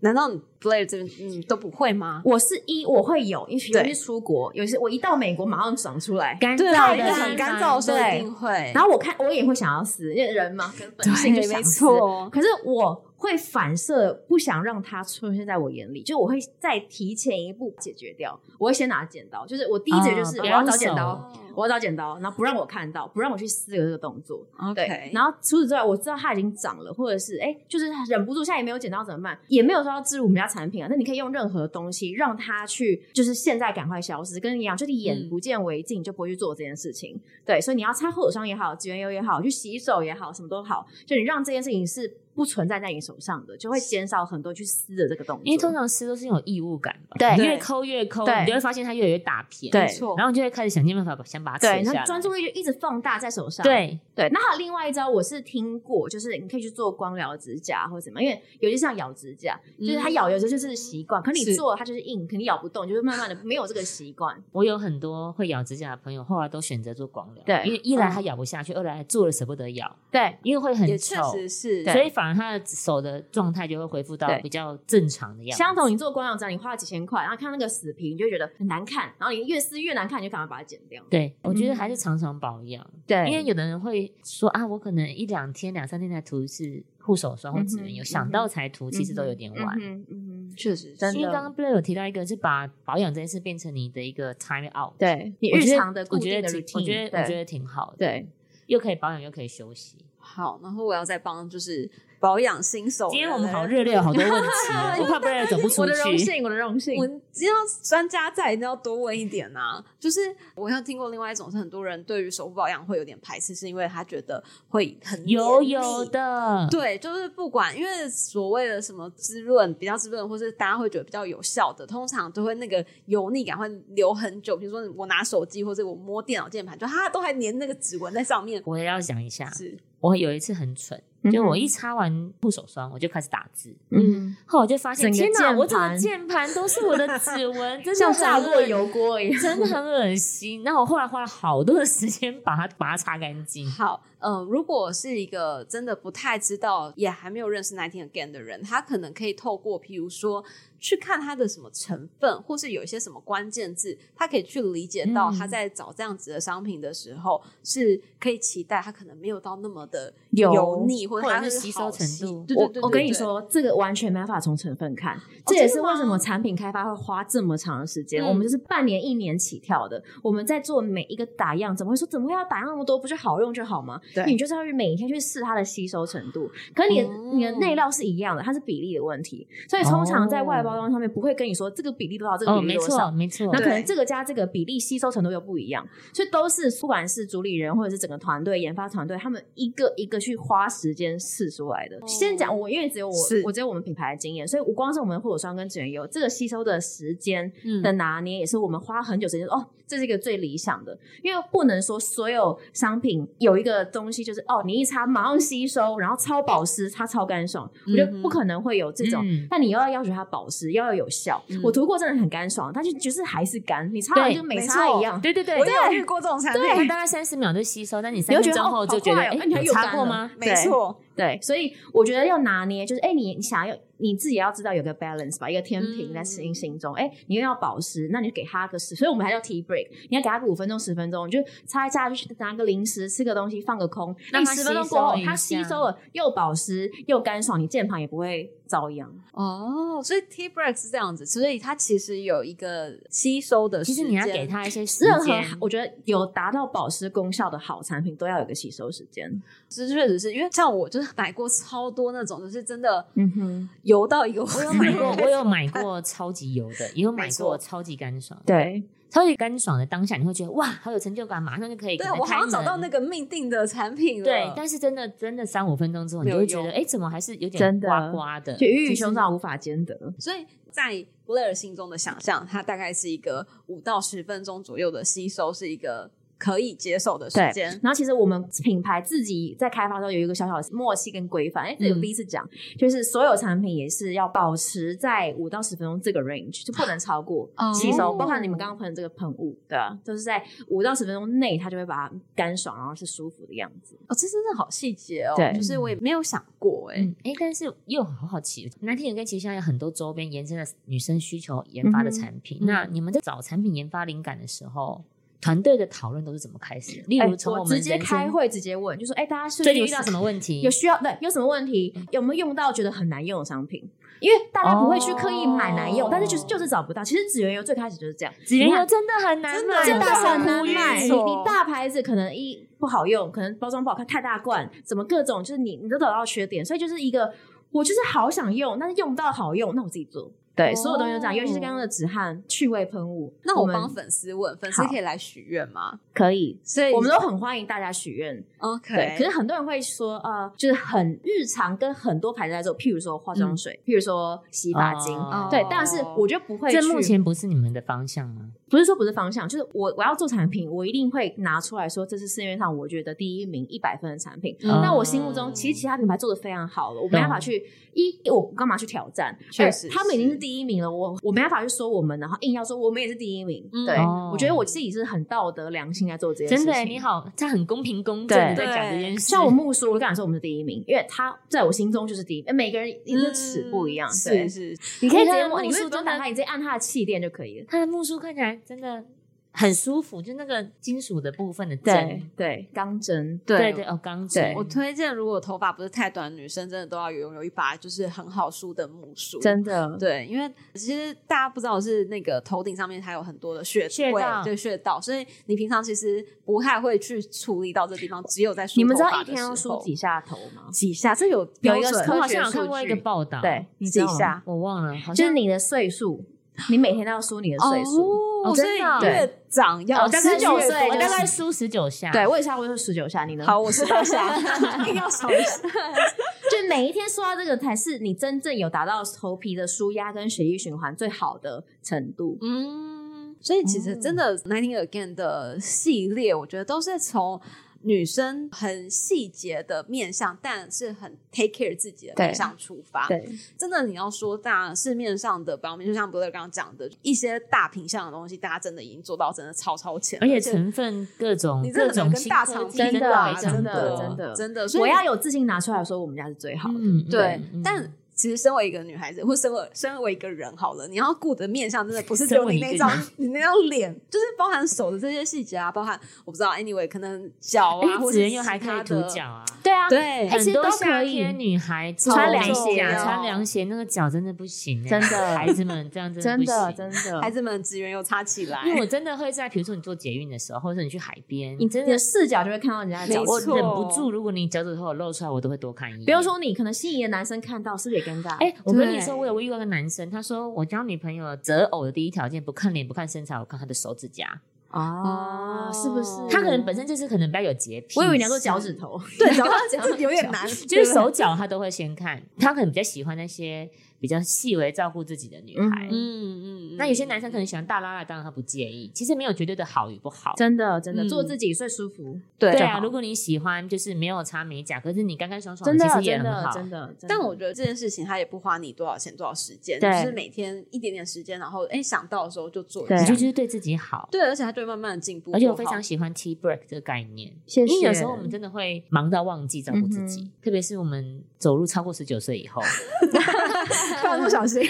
B: 难道你 Blair 这边嗯你都不会吗？
A: 我是一我会有，因为尤
B: 对
A: 其是出国，有些我一到美国马上爽出来，
C: 干
B: 对
C: 燥
B: 啊，
C: 的
B: 一个很
C: 地
B: 干燥
C: 方
B: 的时候一
A: 对
B: 定会。
A: 然后我看我也会想要撕，因为人嘛，跟本性就
B: 对
A: 想
B: 没
A: 撕
B: 错
A: 可是我会反射，不想让它出现在我眼里，就我会再提前一步解决掉。我会先拿剪刀，就是我第一节就是
C: 啊
A: 我
C: 不要
A: 要找剪刀
C: 手，
B: 哦
A: 我要找剪刀，然后不让我看到，不让我去撕这个动作。对
B: OK，，
A: 然后除此之外，我知道它已经长了，或者是哎，就是忍不住，现在也没有剪刀怎么办？也没有说要置入我们家产品啊，那你可以用任何东西让它去，就是现在赶快消失，跟你一样，就是眼
B: 嗯
A: 不见为净，就不会去做这件事情。对，所以你要擦护手霜也好，洁缘油也好，去洗手也好，什么都好，就你让这件事情是。不存在在你手上的，就会减少很多去撕的这个动作。
C: 因为通常撕都是有义务感吧，
A: 对
C: 你越抠越抠，
A: 对
C: 你就会发现它越来越大片，
A: 对
B: 没错
C: 然后你就会开始想尽办法把想把它
A: 对，
C: 扯下
A: 那
C: 来，
A: 专注力就一直放大在手上。
C: 对，
A: 对，那还有另外一招，我是听过，就是你可以去做光疗指甲或者怎么样，因为有些像咬指甲，就是它咬有时候就是习惯，可你
B: 是
A: 做了它嗯就是硬，肯定咬不动，就是慢慢的没有这个习惯。
C: 我有很多会咬指甲的朋友，后来都选择做光疗，
A: 对嗯
C: 因为一来他咬不下去，二来他做了舍不得咬，
A: 对
C: 因为会很
B: 也确
C: 丑，
B: 实是，
C: 所以反而他的手的状态就会恢复到
A: 对
C: 比较正常的样子。
A: 相同，你做光疗指甲，你花了几千块，然后看那个死皮，你就会觉得很难看，然后你越撕越难看，你就赶快把它剪掉。
C: 对，我觉得还是常常保养，
A: 嗯对
C: 因为有的人会说啊，我可能一两天、两三天才涂一次护手霜或
A: 嗯
C: 指
A: 哼
C: 纹油，
A: 嗯哼
C: 想到才涂，其实都有点
A: 嗯
C: 晚。
A: 哼嗯哼，
B: 确实
A: 真
C: 因为
A: 的
C: 刚刚 Blair 有提到一个，是把保养这件事变成你的一个 time out，
A: 对你
C: 我
A: 日
C: 觉得
A: 常的固
C: 我觉
A: 定
C: 得
A: 的
C: 挺我觉
A: routine，
C: 得我觉
A: 对
C: 得挺好的，，
A: 对，
C: 又可以保养又可以休息。
B: 好。然后我要再帮就是保养新手的人，
C: 今天我们好热烈，有好多问题
A: <laughs>
C: 哦，我怕 Blair 走不出
A: 我
C: 去
A: 的。荣幸，我的荣幸
B: 我，只要专家在，一定要多问一点啊。就是我有听过另外一种，是很多人对于手部保养会有点排斥，是因为他觉得会很
C: 有
B: 黏腻
A: <laughs>
C: 有。的，
B: 对，就是不管，因为所谓的什么滋润比较滋润，或是大家会觉得比较有效的，通常都会那个油腻感会留很久。比如说我拿手机或者我摸电脑键盘，就它都还粘那个指纹在上面。
C: 我也要讲一下，
B: 是，
C: 我有一次很蠢，
A: 嗯哼
C: 就我一擦完护手霜，我就开始打字，
A: 嗯，
C: 后来我就发现，
A: 整个
C: 天哪，
A: 键盘
C: 我整个键盘都是我的
A: <laughs>
C: 指纹，真
A: 像
C: 的
A: 炸
C: 很
A: 过
C: 恶，
A: 油锅一样。
C: 真的很恶心。然后我后来花了好多的时间把它把它擦干净。
A: <laughs>
B: 好，呃，如果是一个真的不太知道，也还没有认识 Nineteen Again 的人，他可能可以透过，譬如说去看他的什么成分，或是有一些什么关键字，他可以去理解到
C: 嗯
B: 他在找这样子的商品的时候，是可以期待他可能没有到那么的
A: 油
B: 油腻，或
C: 或者
B: 它
C: 是
B: 是
C: 吸收
B: 好
C: 程
B: 吸
C: 度
B: 对对
A: 我
B: 对对
A: 我跟你
B: 对，哦
A: 说，这个完全没办法从成分看，这也是
B: 真的吗
A: 为什么产品开发会花这么长的时间。
B: 嗯
A: 我们就是半年、一年起跳的，我们在做每一个打样，怎么会说怎么会要打样那么多？不是好用就好吗？
B: 对
A: 你就是要去每天去试它的吸收程度。可是你的、
B: 哦
A: 你的内料是一样的，它是比例的问题，所以通常在外包装上面不会跟你说这个比例多少，这个
C: 哦，
A: 比例
C: 没
A: 多少。
C: 错，没错
A: 那。可能
B: 对
A: 这个加这个比例吸收程度又不一样，所以都是不管是主理人或者是整个团队、研发团队，他们一个一个去花时间试出来的。先讲我，因为只有我
B: 哦是，
A: 我只有我们品牌的经验，所以我光是我们护手霜跟指缘油这个吸收的时间
C: 嗯
A: 的拿捏，也是我们花很久时间。哦，这是一个最理想的，因为不能说所有商品有一个东西就是哦，你一擦马上吸收，然后超保湿、擦超干爽，我觉
B: 嗯
A: 得
B: 哼
A: 不可能会有这种。
C: 嗯
A: 但你又要要求它保湿，又要有效。我涂过真的很干爽，但是就是还是干，你擦完
C: 对
A: 就没
B: 没
A: 擦
B: 错
A: 一样。
C: 对对对
B: 我，有遇过这种产品，
C: 它大概三十秒就吸收，但你三
A: 你
C: 分
A: 会觉得
C: 钟后
A: 哦
C: 就觉
A: 好
C: 得，
A: 快哦
C: 哎
A: 哎你还，
C: 有
A: 有
C: 擦
A: 感
C: 过
A: 了
C: 吗？
B: 没错，
A: 对，所以我觉得要拿捏，就是哎、你你想要你自己要知道有个 balance 吧，一个天
C: 嗯
A: 平在心心中。哎、你又要保湿，那你就给他个十，所以我们还叫 tea break，你要给他个五分钟、十分钟，你就擦一擦，就去拿个零食，吃个东西，放个空。
C: 让
A: 你
C: 它
A: 十分钟
C: 吸
A: 过后
C: 收，一
A: 它吸
C: 下
A: 收了又保湿又干爽，你键盘也不会遭殃。
B: 哦，所以 T break 是这样子，所以它其实有一个吸收的时
C: 其
B: 间，
C: 实你要给它一些时
A: 任何
C: 间，
A: 我觉得有达到保湿功效的好产品，都要有个吸收时间。
B: 这确实是因为像我就是买过超多那种，就是真的
A: 嗯哼，
B: 油到一个我
C: 我有买过，嗯我有买过超级油的，也有买
B: 没错
C: 过超级干爽的。
A: 对，
C: 超级干爽的当下，你会觉得哇，好有成就感，马上就可以
B: 对
C: 可能
B: 我好像
C: 开
B: 找到
C: 门
B: 那个命定的产品了。
C: 对，但是真的真的三五分钟之后，
B: 没有
C: 你就会觉得
B: 用
C: 哎，怎么还是有点
A: 真的
C: 刮刮的？
A: 就鱼与熊掌无法兼得。
B: 所以在布莱尔心中的想象，它大概是一个五到十分钟左右的吸收，是一个可以接受的时
A: 对
B: 间。
A: 然后其实我们品牌自己在开发的时候有一个小小的默契跟规范，哎，这
C: 嗯
A: 有第一次讲，就是所有产品也是要保持在五到十分钟这个 range，就不能超过
B: 哦
A: 吸收，包含你们刚刚喷的这个喷雾，对啊，就是在五到十分钟内，它就会把它干爽，然后是舒服的样子。
B: 哦，这真的好细节哦，
A: 对
B: 就是我也没有想过哎、
C: 嗯，哎，但是又好好奇，那天有跟其实现在有很多周边延伸的女生需求研发的产品，
B: 嗯哼
C: 那你们在找产品研发灵感的时候，团队的讨论都是怎么开始？例如
A: 哎
C: 从
A: 我
C: 们
A: 直接
C: 人生
A: 开会直接问，就说哎，大家最
C: 最
A: 近有
C: 近遇到什么嗯问题
A: 有？需要对有什么问题？有没有用到觉得很难用的商品？因为大家不会去刻意买难用，
C: 哦
A: 但是就是就是找不到。其实紫原油最开始就是这样，
C: 紫源
A: 你
C: 油
A: 看
C: 真的很难
B: 真的
C: 买，
A: 真的
C: 大家
A: 很难
C: 忽略
A: 买。你
B: 错
A: 你大牌子可能一不好用，可能包装不好看，太大罐，怎么各种就是你你都找到缺点，所以就是一个我就是好想用，但是用不到好用，那我自己做。对，
B: 哦
A: 所有东西都这样，尤其是刚刚的止汗去味喷雾。
B: 那我
A: 们
B: 帮粉丝问，粉丝
A: 好
B: 可以来许愿吗？
A: 可以，
B: 所以
A: 我们都很欢迎大家许愿。对
B: OK，，
A: 可是很多人会说，呃，就是很日常跟很多牌子在做，譬如说化
B: 嗯
A: 妆水，譬如说洗发精。
C: 哦
A: 对，但是我觉得不会去。
C: 这目前不是你们的方向吗？
A: 不是说不是方向，就是我我要做产品，我一定会拿出来说，这是市面上我觉得第一名一百分的产品。
B: 嗯
A: 那我心目中其实其他品牌做的非常好了，我没办法去一我干嘛去挑战？
B: 确
A: 二
B: 实
A: 他们已经
B: 是
A: 是第一名了，我我没办法去说我们，然后硬要说我们也是第一名。
B: 嗯
A: 对、
C: 哦
A: 我觉得我自己是很道德良心在做这件事
C: 真
A: 情。
C: 的耶，你好，这很公平公正的
A: 对
C: 在讲这件事。
A: 像我木叔，我敢说我们是第一名，因为他在我心中就是第一名。每个人一个尺不一样，对哎
B: 嗯是，是，
A: 你可以直
C: 看
A: 接
C: 他的
A: 摸，你
C: 木梳
A: 是
C: 真
A: 中
C: 的
A: 打开，你直接按他的气垫就可以了。
C: 它的木梳看起来真的很舒服，就那个金属的部分的
A: 对
C: 针，
A: 对，钢针，
C: 对对，哦，钢针
A: 对，
B: 我推荐，如果头发不是太短，女生真的都要拥有一把就是很好梳的木梳。
A: 真的，
B: 对，因为其实大家不知道是那个头顶上面还有很多的穴
C: 穴
B: 位
C: 道
B: 对穴道，所以你平常其实不太会去处理到这地方，只有在梳
A: 你们知
B: 头
A: 道
B: 发
A: 一
B: 的
A: 天要
B: 时
A: 梳
B: 候
A: 几下头吗？
B: 几下？这有
A: 有
B: 标
A: 一个
B: 准
A: 科
C: 我
A: 学
C: 好像有看过一个
B: 数据
C: 报道，
A: 对，，啊你知
B: 几
A: 道吗？
B: 下
C: 我忘了，好像
A: 就是你的岁数，你每天都要梳你的岁数。
B: 哦，
C: 哦
B: 所
C: 真
B: 以
C: 的哦
B: 越长要
A: 哦大概
B: 19
A: 19
B: 岁
A: 岁
B: 就
A: 就
C: 我
A: 是
C: 大概梳十九下，
A: 对，我也下过是十九下，你呢？
B: 好，，我是大下，
A: <laughs>
B: <laughs>
A: 定要梳一下。就每一天梳到这个，才是你真正有达到头皮的舒压跟血液循环最好的程度。
B: 嗯，所以其实真的《Nineteen Again》的系列，我觉得都是从女生很细节的面向，但是很 take care 自己的面向出发。
A: 对，
B: 真的，你要说大市面上的表面，就像 b l a 刚刚讲的，一些大品相的东西，大家真的已经做到真的超超前了，
C: 而且成分各种
B: 你真的能
C: 各种
B: 跟
C: 新
B: 大
C: 科
B: 厂
C: 技
A: 真
B: 比
A: 的
C: 跟
B: 啦
C: 非常
B: 真
A: 的
C: 多
A: 真的
B: 真的，所以
A: 我要有自信拿出来说，我们家是最好的。
C: 嗯，
B: 对
C: 嗯，
B: 但。其实，身为一个女孩子，或身为身为一个人好了，你要顾的面相真的不是只有你那张
C: 身为一个
B: 你
C: 人
B: 那张脸，就是包含手的这些细节啊，包含我不知道，anyway，可能脚啊，
C: 哎，
B: 或
C: 指
B: 者
C: 人又还可以涂，脚啊。
A: 对啊，
B: 对
A: 哎，
C: 很
A: 其实都
C: 多
A: 可以
C: 夏天女孩
A: 穿凉
C: 做美甲
A: 鞋哦
C: 穿凉鞋那个脚真的不行欸，
A: 真的
C: 孩子们这样真
A: 真
C: 的
A: 的
C: 不行。
A: 真的，
B: 孩子们职员又插起来，
C: 因为我真的会在，比如说你坐捷运的时候，或者你去海边，
A: 你真的视角就会看到人家的
B: 没
A: 角
C: 我
A: 度。
B: 错
C: 忍不住，如果你脚趾头有露出来，我都会多看一眼。
A: 比如，说你可能心仪的男生看到，是不是也尴尬？
C: 哎、我跟你
B: 对
C: 说，我有遇到一个男生，他说我交女朋友择偶的第一条件不看脸，不看身材，我看他的手指甲。
A: 啊，是不是？
C: 他可能本身就是可能比较有洁癖，
A: 我以为你要说脚趾头，
B: 对，脚这有点难，
C: 就是手脚他都会先看，他可能比较喜欢那些比较细微照顾自己的女孩。
A: 嗯
B: 嗯嗯，
C: 那有些男生可能喜欢大拉拉，当然他不介意。其实没有绝对的好与不好。
A: 真的真的
B: 嗯
A: 做自己最舒服，
B: 对
C: 对
A: 就
C: 啊，
A: 好
C: 如果你喜欢就是没有擦美甲，可是你干干爽爽，
A: 真的
C: 其实也
A: 真
C: 很
A: 的
C: 好。
A: 真的。真的
B: 但我觉得这件事情，它也不花你多少钱多少时间，就
A: 对
B: 是每天一点点时间，然后哎想到的时候就做一
A: 对啊
C: 你就
B: 下
C: 就，是对自己好。
B: 对，而且它就会慢慢的进步，
C: 而且我
B: 多
C: 非
B: 好
C: 常喜欢 tea break 这个概念，
A: 谢谢
C: 因为有时候我 <laughs> 们真的会忙到忘记照顾自己，
A: 嗯
C: 特别是我们走入超过十九岁以
A: <laughs>
C: 后，
B: 放得不小心，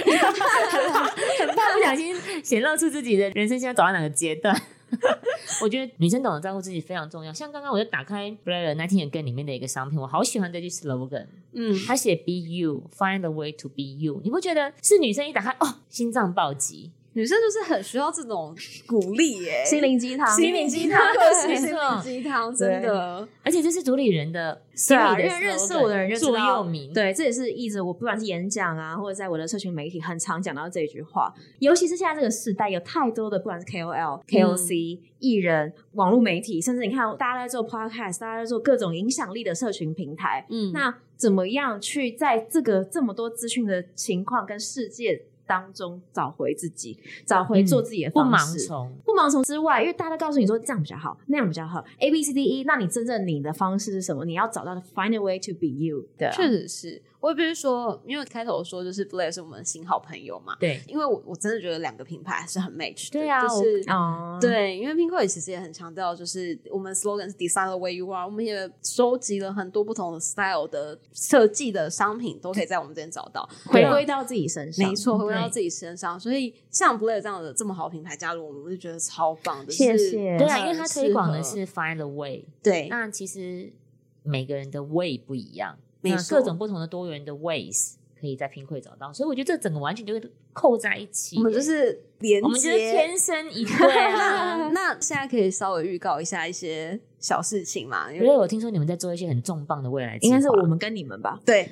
C: 很怕不小心显露出自己的人生现在走到哪个阶段。 <laughs> 我觉得女生懂得照顾自己非常重要。像刚刚我就打开 Blair Nightingale Again 里面的一个商品，我好喜欢这句 slogan，
B: 嗯，
C: 它写 Be you, find a way to be you。你不觉得是女生一打开哦，心脏暴击？
B: 女生就是很需要这种鼓励耶、
A: 心灵鸡汤，
B: 心灵鸡汤，对，
C: 没
B: 心灵
C: 错
B: 鸡汤，真的，
C: 而且这是主理人的心
A: 对
C: 理
A: 啊，
C: 的
A: 认认识
C: slogan，
A: 我的人就知
C: 座右
A: 道
C: 铭。，
A: 对，这也是一直我不管是演讲啊，或者在我的社群媒体很常讲到这句话。尤其是现在这个时代，有太多的不管是 KOL、KOC、艺人、网络媒体，甚至你看大家在做 podcast，大家在做各种影响力的社群平台，
B: 嗯
A: 那怎么样去在这个这么多资讯的情况跟世界当中找回自己，找回做自己的
C: 不
A: 方
C: 盲
A: 式？
C: 从。
A: 不盲从之外，因为大家都告诉你说这样比较好，那样比较好，A B C D E，那你真正你的方式是什么？你要找到 find a way to be you，对啊，
B: 确实是。我也必须说，因为开头说就是 Blair 是我们新好朋友嘛，
C: 对
B: 因为我我真的觉得两个品牌是很 match 的，
C: 对啊
B: 就是。
A: 哦，
B: 对，因为 Pinko 也其实也很强调，就是我们 slogan 是 Design the way you are，我们也收集了很多不同的 style 的设计的商品，都可以在我们这边找到。
A: 回归到自己身上，
B: 没错，回归到
C: 对
B: 自己身上。所以像 Blair 这样的这么好的品牌加入我们，就觉得超棒的。
A: 谢
B: 是
A: 谢
C: 对啊，
B: 很
C: 因为它推广的
B: 适合
C: 是 find a way，
B: 对
C: 那其实每个人的 way 不一样，
B: 没
C: 那
B: 错
C: 各种不同的多元的 ways，可以在拼会找到，所以我觉得这整个完全就是扣在一起。
B: 我们就是连
C: 我们就是
B: 接。
C: 天生一对 <laughs>
B: <laughs>
C: 啊。
B: 那现在可以稍微预告一下一些小事情嘛？因
C: 因
B: 为
C: 为我听说你们在做一些很重磅的未来计
A: 应
C: 划，
A: 该是我们跟你们
B: <laughs>
A: 吧。
B: 对，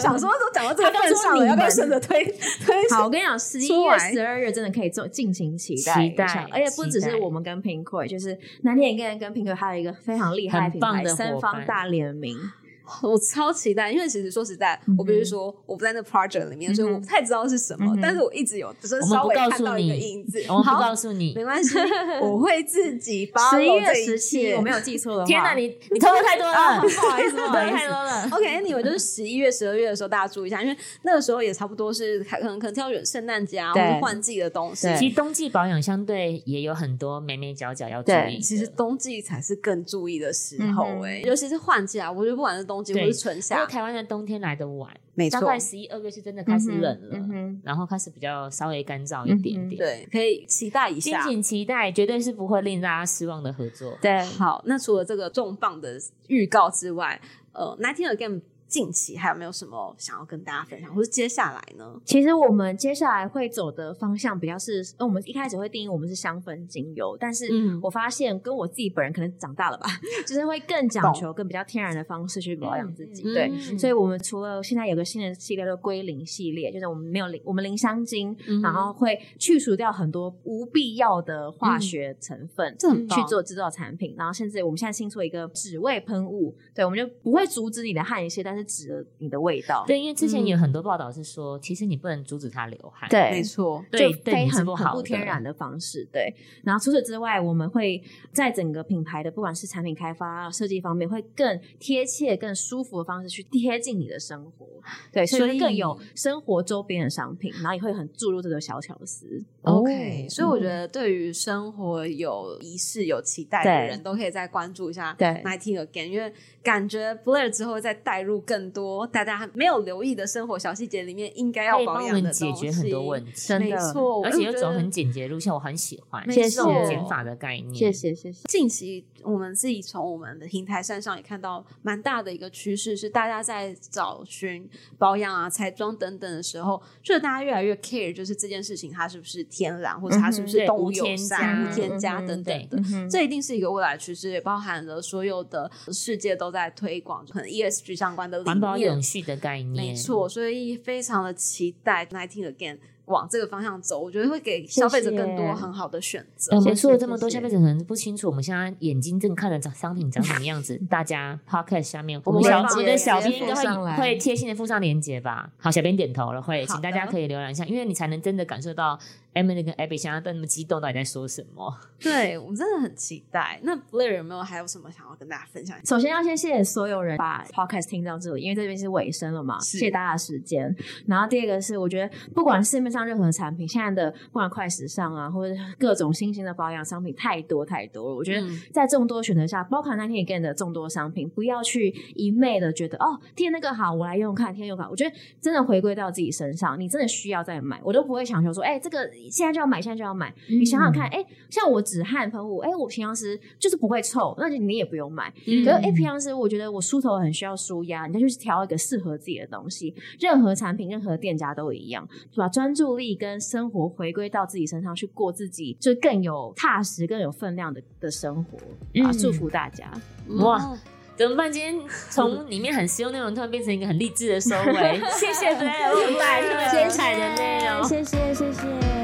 B: 想说都讲到这个份上了，要不要顺着推推？
A: 好，我跟你讲，十一
B: 出
A: 月、
B: 来
A: 十二月真的可以做尽情期待一下，
C: 期待
A: 而且不只
C: 期
A: 是
C: 待
A: 我们跟 Pinkoi，就是南天跟跟 Pinkoi 还有一个非常厉害的
C: 很
A: 品
C: 棒
A: 牌
C: 的
A: 三
C: 伙
A: 方
C: 伴
A: 大联名，
B: <laughs> 我超期待，因为其实说实在，
A: 嗯
B: 我必须说我不在那 project 里面，所以
C: 嗯
B: 我不太知道是什么
A: 嗯，哼
B: 但是我一直有就是
C: 我们
B: 稍
C: 不
B: 微
C: 告
B: 看
C: 诉
B: 到一个
C: 你
B: 印子。
C: 我们不
B: 好
C: 告，诉你。
B: 没关系，我会自
A: <laughs>
B: 己 follow
A: 十一月
B: 这一
A: 十七，
B: 切
A: 我
B: <laughs>
A: 没有记错的话，哦
C: 天哪，你 <laughs> 你透露
A: <laughs>
C: 太多
B: 啊 <laughs>
C: 了，
B: 不好意思，不
C: 透露
B: 好意思
C: 太多了。
B: OK，你们就是十一月、十二月的时候，大家注意一下，因为那个时候也差不多是可能可能挑选圣诞节啊，或
A: 对
B: 者换季的东西。
A: 对
C: 其实冬季保养相对也有很多眉眉角角要注
A: 对
C: 意。
B: 其实冬季才是更注意的时候
A: 嗯哼
B: 哎、尤其是换季啊，我觉得不管是冬季或
C: 对
B: 是春
C: 因为
B: 夏，
C: 台湾的冬天来的晚，
B: 没
C: 大
B: 错，
C: 概十一二月是真的开始冷了，
A: 嗯哼
C: 然后开始比较稍微干燥一点点。，
B: 对，可以期待一
C: 敬
B: 下。
C: 请期待，绝对是不会令大家失望的合作。
A: 对，
B: 好，那除了这个重磅的预告之外，呃，Nineteen Again 近期还有没有什么想要跟大家分享，或是接下来呢？
A: 其实我们接下来会走的方向比较是，呃我们一开始会定义我们是香氛精油，但是
B: 嗯
A: 我发现跟我自己本人可能长大了吧，就是会更讲求更比较天然的方式去保养自己。
B: 嗯
A: 对，
B: 嗯
A: 所以我们除了现在有个新的系列叫归零系列，就是我们没有零，我们零香精，
B: 嗯嗯
A: 然后会去除掉很多无必要的化学成分，
B: 这很棒
A: 去做制造产品。然后甚至我们现在新出一个脂味喷雾，对，我们就不会阻止你的汗腺，但是止了你的味道。
C: 对，因为之前有很多报道是说，其实你不能阻止它流汗，，
A: 对
B: 没错，
C: 对，
A: 就
C: 对
A: 非
C: 你是
A: 很
C: 不
A: 很
C: 好
A: 不
C: 的。
A: 天然的方式，对。然后除此之外，我们会在整个品牌的不管是产品开发、设计方面，会更贴切、更舒服的方式去贴近你的生活，对，所以
B: 所
A: 会
B: 以
A: 更有生活周边的商品，然后也会很注入这个小巧思。
B: OK，、
C: 哦
B: 所以我觉得对于生活有仪式、有期待的
A: 对
B: 人，都可以再关注一下
A: 对
B: Nineteen Again，因为感觉 Blair 之后再带入更多大家没有留意的生活小细节里面，应该
C: 可
B: 要
C: 以
B: 保
C: 帮我
B: 养的
C: 们解决很多问
B: 题。
C: 题，
A: 真的
B: 没错，
C: 而且又
B: 我觉
C: 走
B: 得
C: 很简洁路线，我很喜欢
B: 没
C: 这
B: 错
C: 种减法的概念。，
A: 谢，谢谢。
B: 近期我们自己从我们的平台上上也看到蛮大的一个趋势，是大家在找寻保养啊、彩妆等等的时候，就是大家越来越 care，就是这件事情它是不是天然，或者它是不
A: 嗯
B: 是
C: 对
B: 动物
C: 无
B: 友
C: 添
B: 善、
C: 加
B: 无添加
A: 嗯嗯
B: 等等的。
A: 嗯哼，
B: 这一定是一个未来趋势，也包含了所有的世界都在推广可能 ESG 相关的理
C: 环保
B: 念
C: 永，续的概念，
B: 没错，所以非常的期待 Nineteen Again 往这个方向走，我觉得会给消费者更多很好的选择
C: 呃。我们说了
A: 谢
C: 这么多，
A: 谢
C: 消费者可能不清楚我们现在眼睛正看着长商品长什么样子。大家 podcast 下面，
B: 我
C: 我
B: 们
C: 们小
B: 会把
C: 我们的小编
A: 链接
C: 应该
A: 附上来
C: 会会贴心的附上链接吧。好，小编点头了，会，
B: 好
C: 请
B: 的
C: 大家可以浏览一下，因为你才能真的感受到 Emily 跟 Abby 现在都那么激动，到底在说什么。
B: 对我们真的很期待。那 Blair 有没有还有什么想要跟大家分享？
A: 首先要先谢谢所有人把 podcast 听到这里，因为这边是尾声了嘛，
B: 是
A: 谢谢大家的时间。然后第二个是，我觉得不管市面上任何的产品，现在的不管快时尚啊，或者各种新兴的保养商品太多太多了。我觉得
B: 嗯
A: 在众多选择下，包括那天 again 的众多商品，不要去一昧的觉得哦，天那个好，我来用用看，天用看。我觉得真的回归到自己身上，你真的需要再买，我都不会强求说，哎、这个现在就要买，现在就要买。你想想看，哎、像我止汗喷雾，哎、我平常时就是不会臭，那就你也不用买。
B: 嗯
A: 可是，哎、平常时我觉得我梳头很需要舒压，你再去挑一个适合自己的东西。任何产品、任何店家都一样，把专注力跟生活回归到自己身上去过自己，就更有踏实、更有分量的的生活。啊，
C: 嗯
A: 祝福大家！
C: 哇，怎么办？今天从里面很实用内容，突然变成一个很励志的收尾。谢谢 Blair，我们带来这么精彩的内容。
D: 谢谢，谢谢。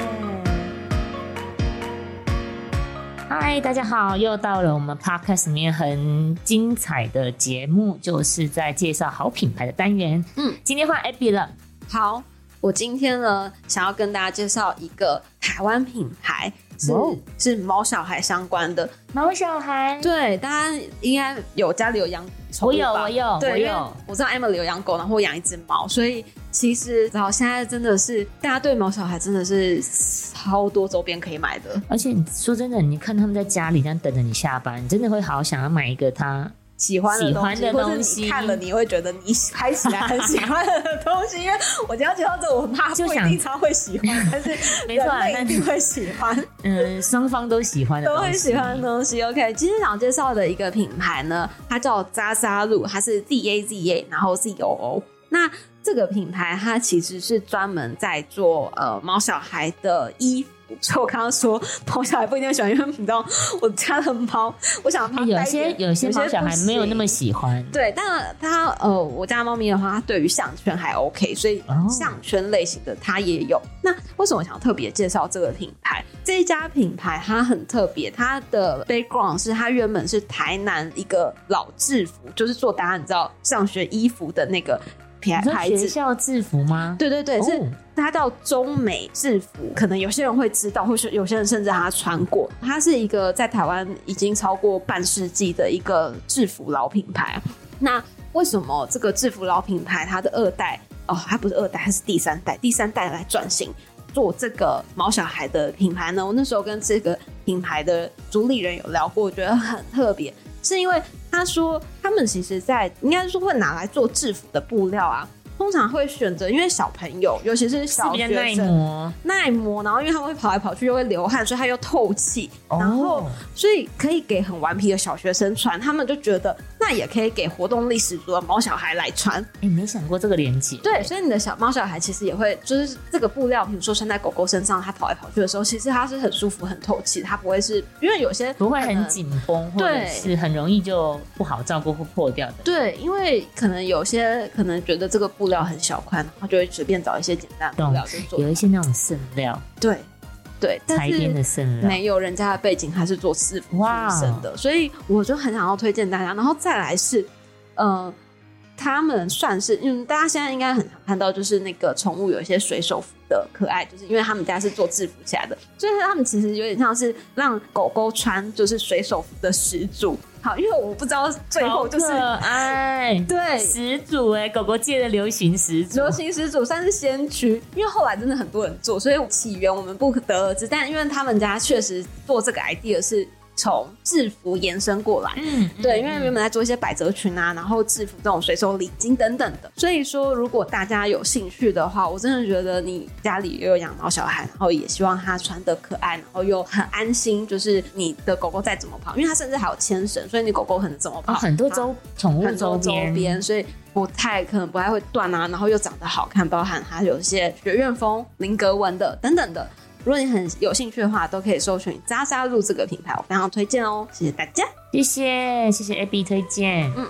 C: 嗨，大家好，又到了我们 podcast 里面很精彩的节目，就是在介绍好品牌的单元。
B: 嗯，
C: 今天换 Abby 了，
B: 好，我今天呢，想要跟大家介绍一个台湾品牌，是、
C: 哇哦
B: 是毛小孩相关的。
C: 毛小孩，
B: 对，大家应该有家里有养宠
C: 我
B: 物
C: 有，
B: 吧
C: 我有，我
B: 对，因为
C: 有。
B: 我知道 Emily 有养狗，然后我养一只猫，所以其实然后现在真的是大家对毛小孩真的是超多周边可以买的，
C: 而且你说真的，你看他们在家里这样等着你下班，你真的会好想要买一个它。
B: 喜欢的
C: 喜
B: 东
C: 欢
B: 西，
C: 的
B: 或
C: 东
B: 是
C: 西嗯
B: 你看了你会觉得你拍起来很喜欢的东西。因为我今天要介绍这个，我怕不
C: 就
B: 一
C: 想
B: 定他会喜欢，但是
C: <laughs> 没错啊
B: 人类 <laughs>
C: 那
B: 一定会喜欢。
C: 嗯，双方都喜欢的
B: 都
C: 东西，
B: 会喜欢的东西。OK，今天想介绍的一个品牌呢，它叫扎扎露，它是 D A Z A，然后 Z O O。那这个品牌它其实是专门在做呃猫小孩的衣服。所以我刚刚说，猫小孩不一定喜欢，因为你知道我家的猫，我想它
C: 哎有
B: 带一
C: 些
B: 点
C: 有些猫小孩没有那
B: 不
C: 么
B: 行
C: 喜欢，
B: 对，但它呃，我家的猫咪的话，它对于项圈还 OK，所以
C: 哦
B: 项圈类型的它也有。那为什么我想要特别介绍这个品牌？这一家品牌它很特别，它的 background 是它原本是台南一个老制服，就是做大家你知道上学衣服的那个牌
C: 你说
B: 牌
C: 学
B: 子。
C: 校制服吗？
B: 对对对，
C: 哦
B: 是它到中美制服，可能有些人会知道，或是有些人甚至他穿过。它是一个在台湾已经超过半世纪的一个制服老品牌。那为什么这个制服老品牌它的二代哦，它不是二代，它是第三代，第三代来转型做这个毛小孩的品牌呢？我那时候跟这个品牌的主理人有聊过，我觉得很特别，是因为他说他们其实在应该说会拿来做制服的布料啊。通常会选择，因为小朋友，尤其是
C: 是
B: 小
C: 比较
B: 学
C: 耐
B: 生，
C: 磨，
B: 耐磨，然后因为它会跑来跑去，又会流汗，所以它又透气，
C: 哦
B: 然后所以可以给很顽皮的小学生穿，他们就觉得那也可以给活动力十足的毛小孩来穿。
C: 哎，没想过这个连接，
B: 对，所以你的小猫小孩其实也会，就是这个布料，比如说穿在狗狗身上，它跑来跑去的时候，其实它是很舒服、很透气，它不会是因为有些
C: 不会
B: 可能
C: 很紧绷，或者
B: 对
C: 是很容易就不好照顾或破掉的。
B: 对，因为可能有些可能觉得这个布料很小宽，然后就会随便找一些简单的布料就做
C: 有。一些那种剩料，
B: 对，对，但
C: 裁
B: 是
C: 边的剩料，
B: 没有人家的背景，他是做制服
C: 啊哇
B: 出身的，所以我就很想要推荐大家。然后再来是，呃，他们算是，嗯，大家现在应该很常看到，就是那个宠物有一些水手服的可爱，就是因为他们家是做制服下的，所以他们其实有点像是让狗狗穿就是水手服的始祖。好，因为我不知道最后就是
C: 好可爱，
B: <laughs> 对哦
C: 始祖哎，狗狗界的流行始祖
B: 流，行始祖算是先驱，因为后来真的很多人做，所以起源我们不得而知。但因为他们家确实做这个 idea 是从制服延伸过来，
C: 嗯，
B: 对，因为原本在做一些百褶裙啊，然后制服这种随手礼金等等的。所以说，如果大家有兴趣的话，我真的觉得你家里也有养毛小孩，然后也希望它穿的可爱，然后又很安心，就是你的狗狗再怎么跑，因为它甚至还有牵绳，所以你狗狗很怎么跑，啊
C: 哦很多周宠物
B: 很多周
C: 边，
B: 边，所以不太可能不太会断啊，然后又长得好看，包含它有一些学院风、菱格纹的等等的。如果你很有兴趣的话，都可以搜寻“渣渣露”这个品牌，我非常推荐哦，谢谢大家。
C: 谢谢谢谢 AB 推荐，
B: 嗯，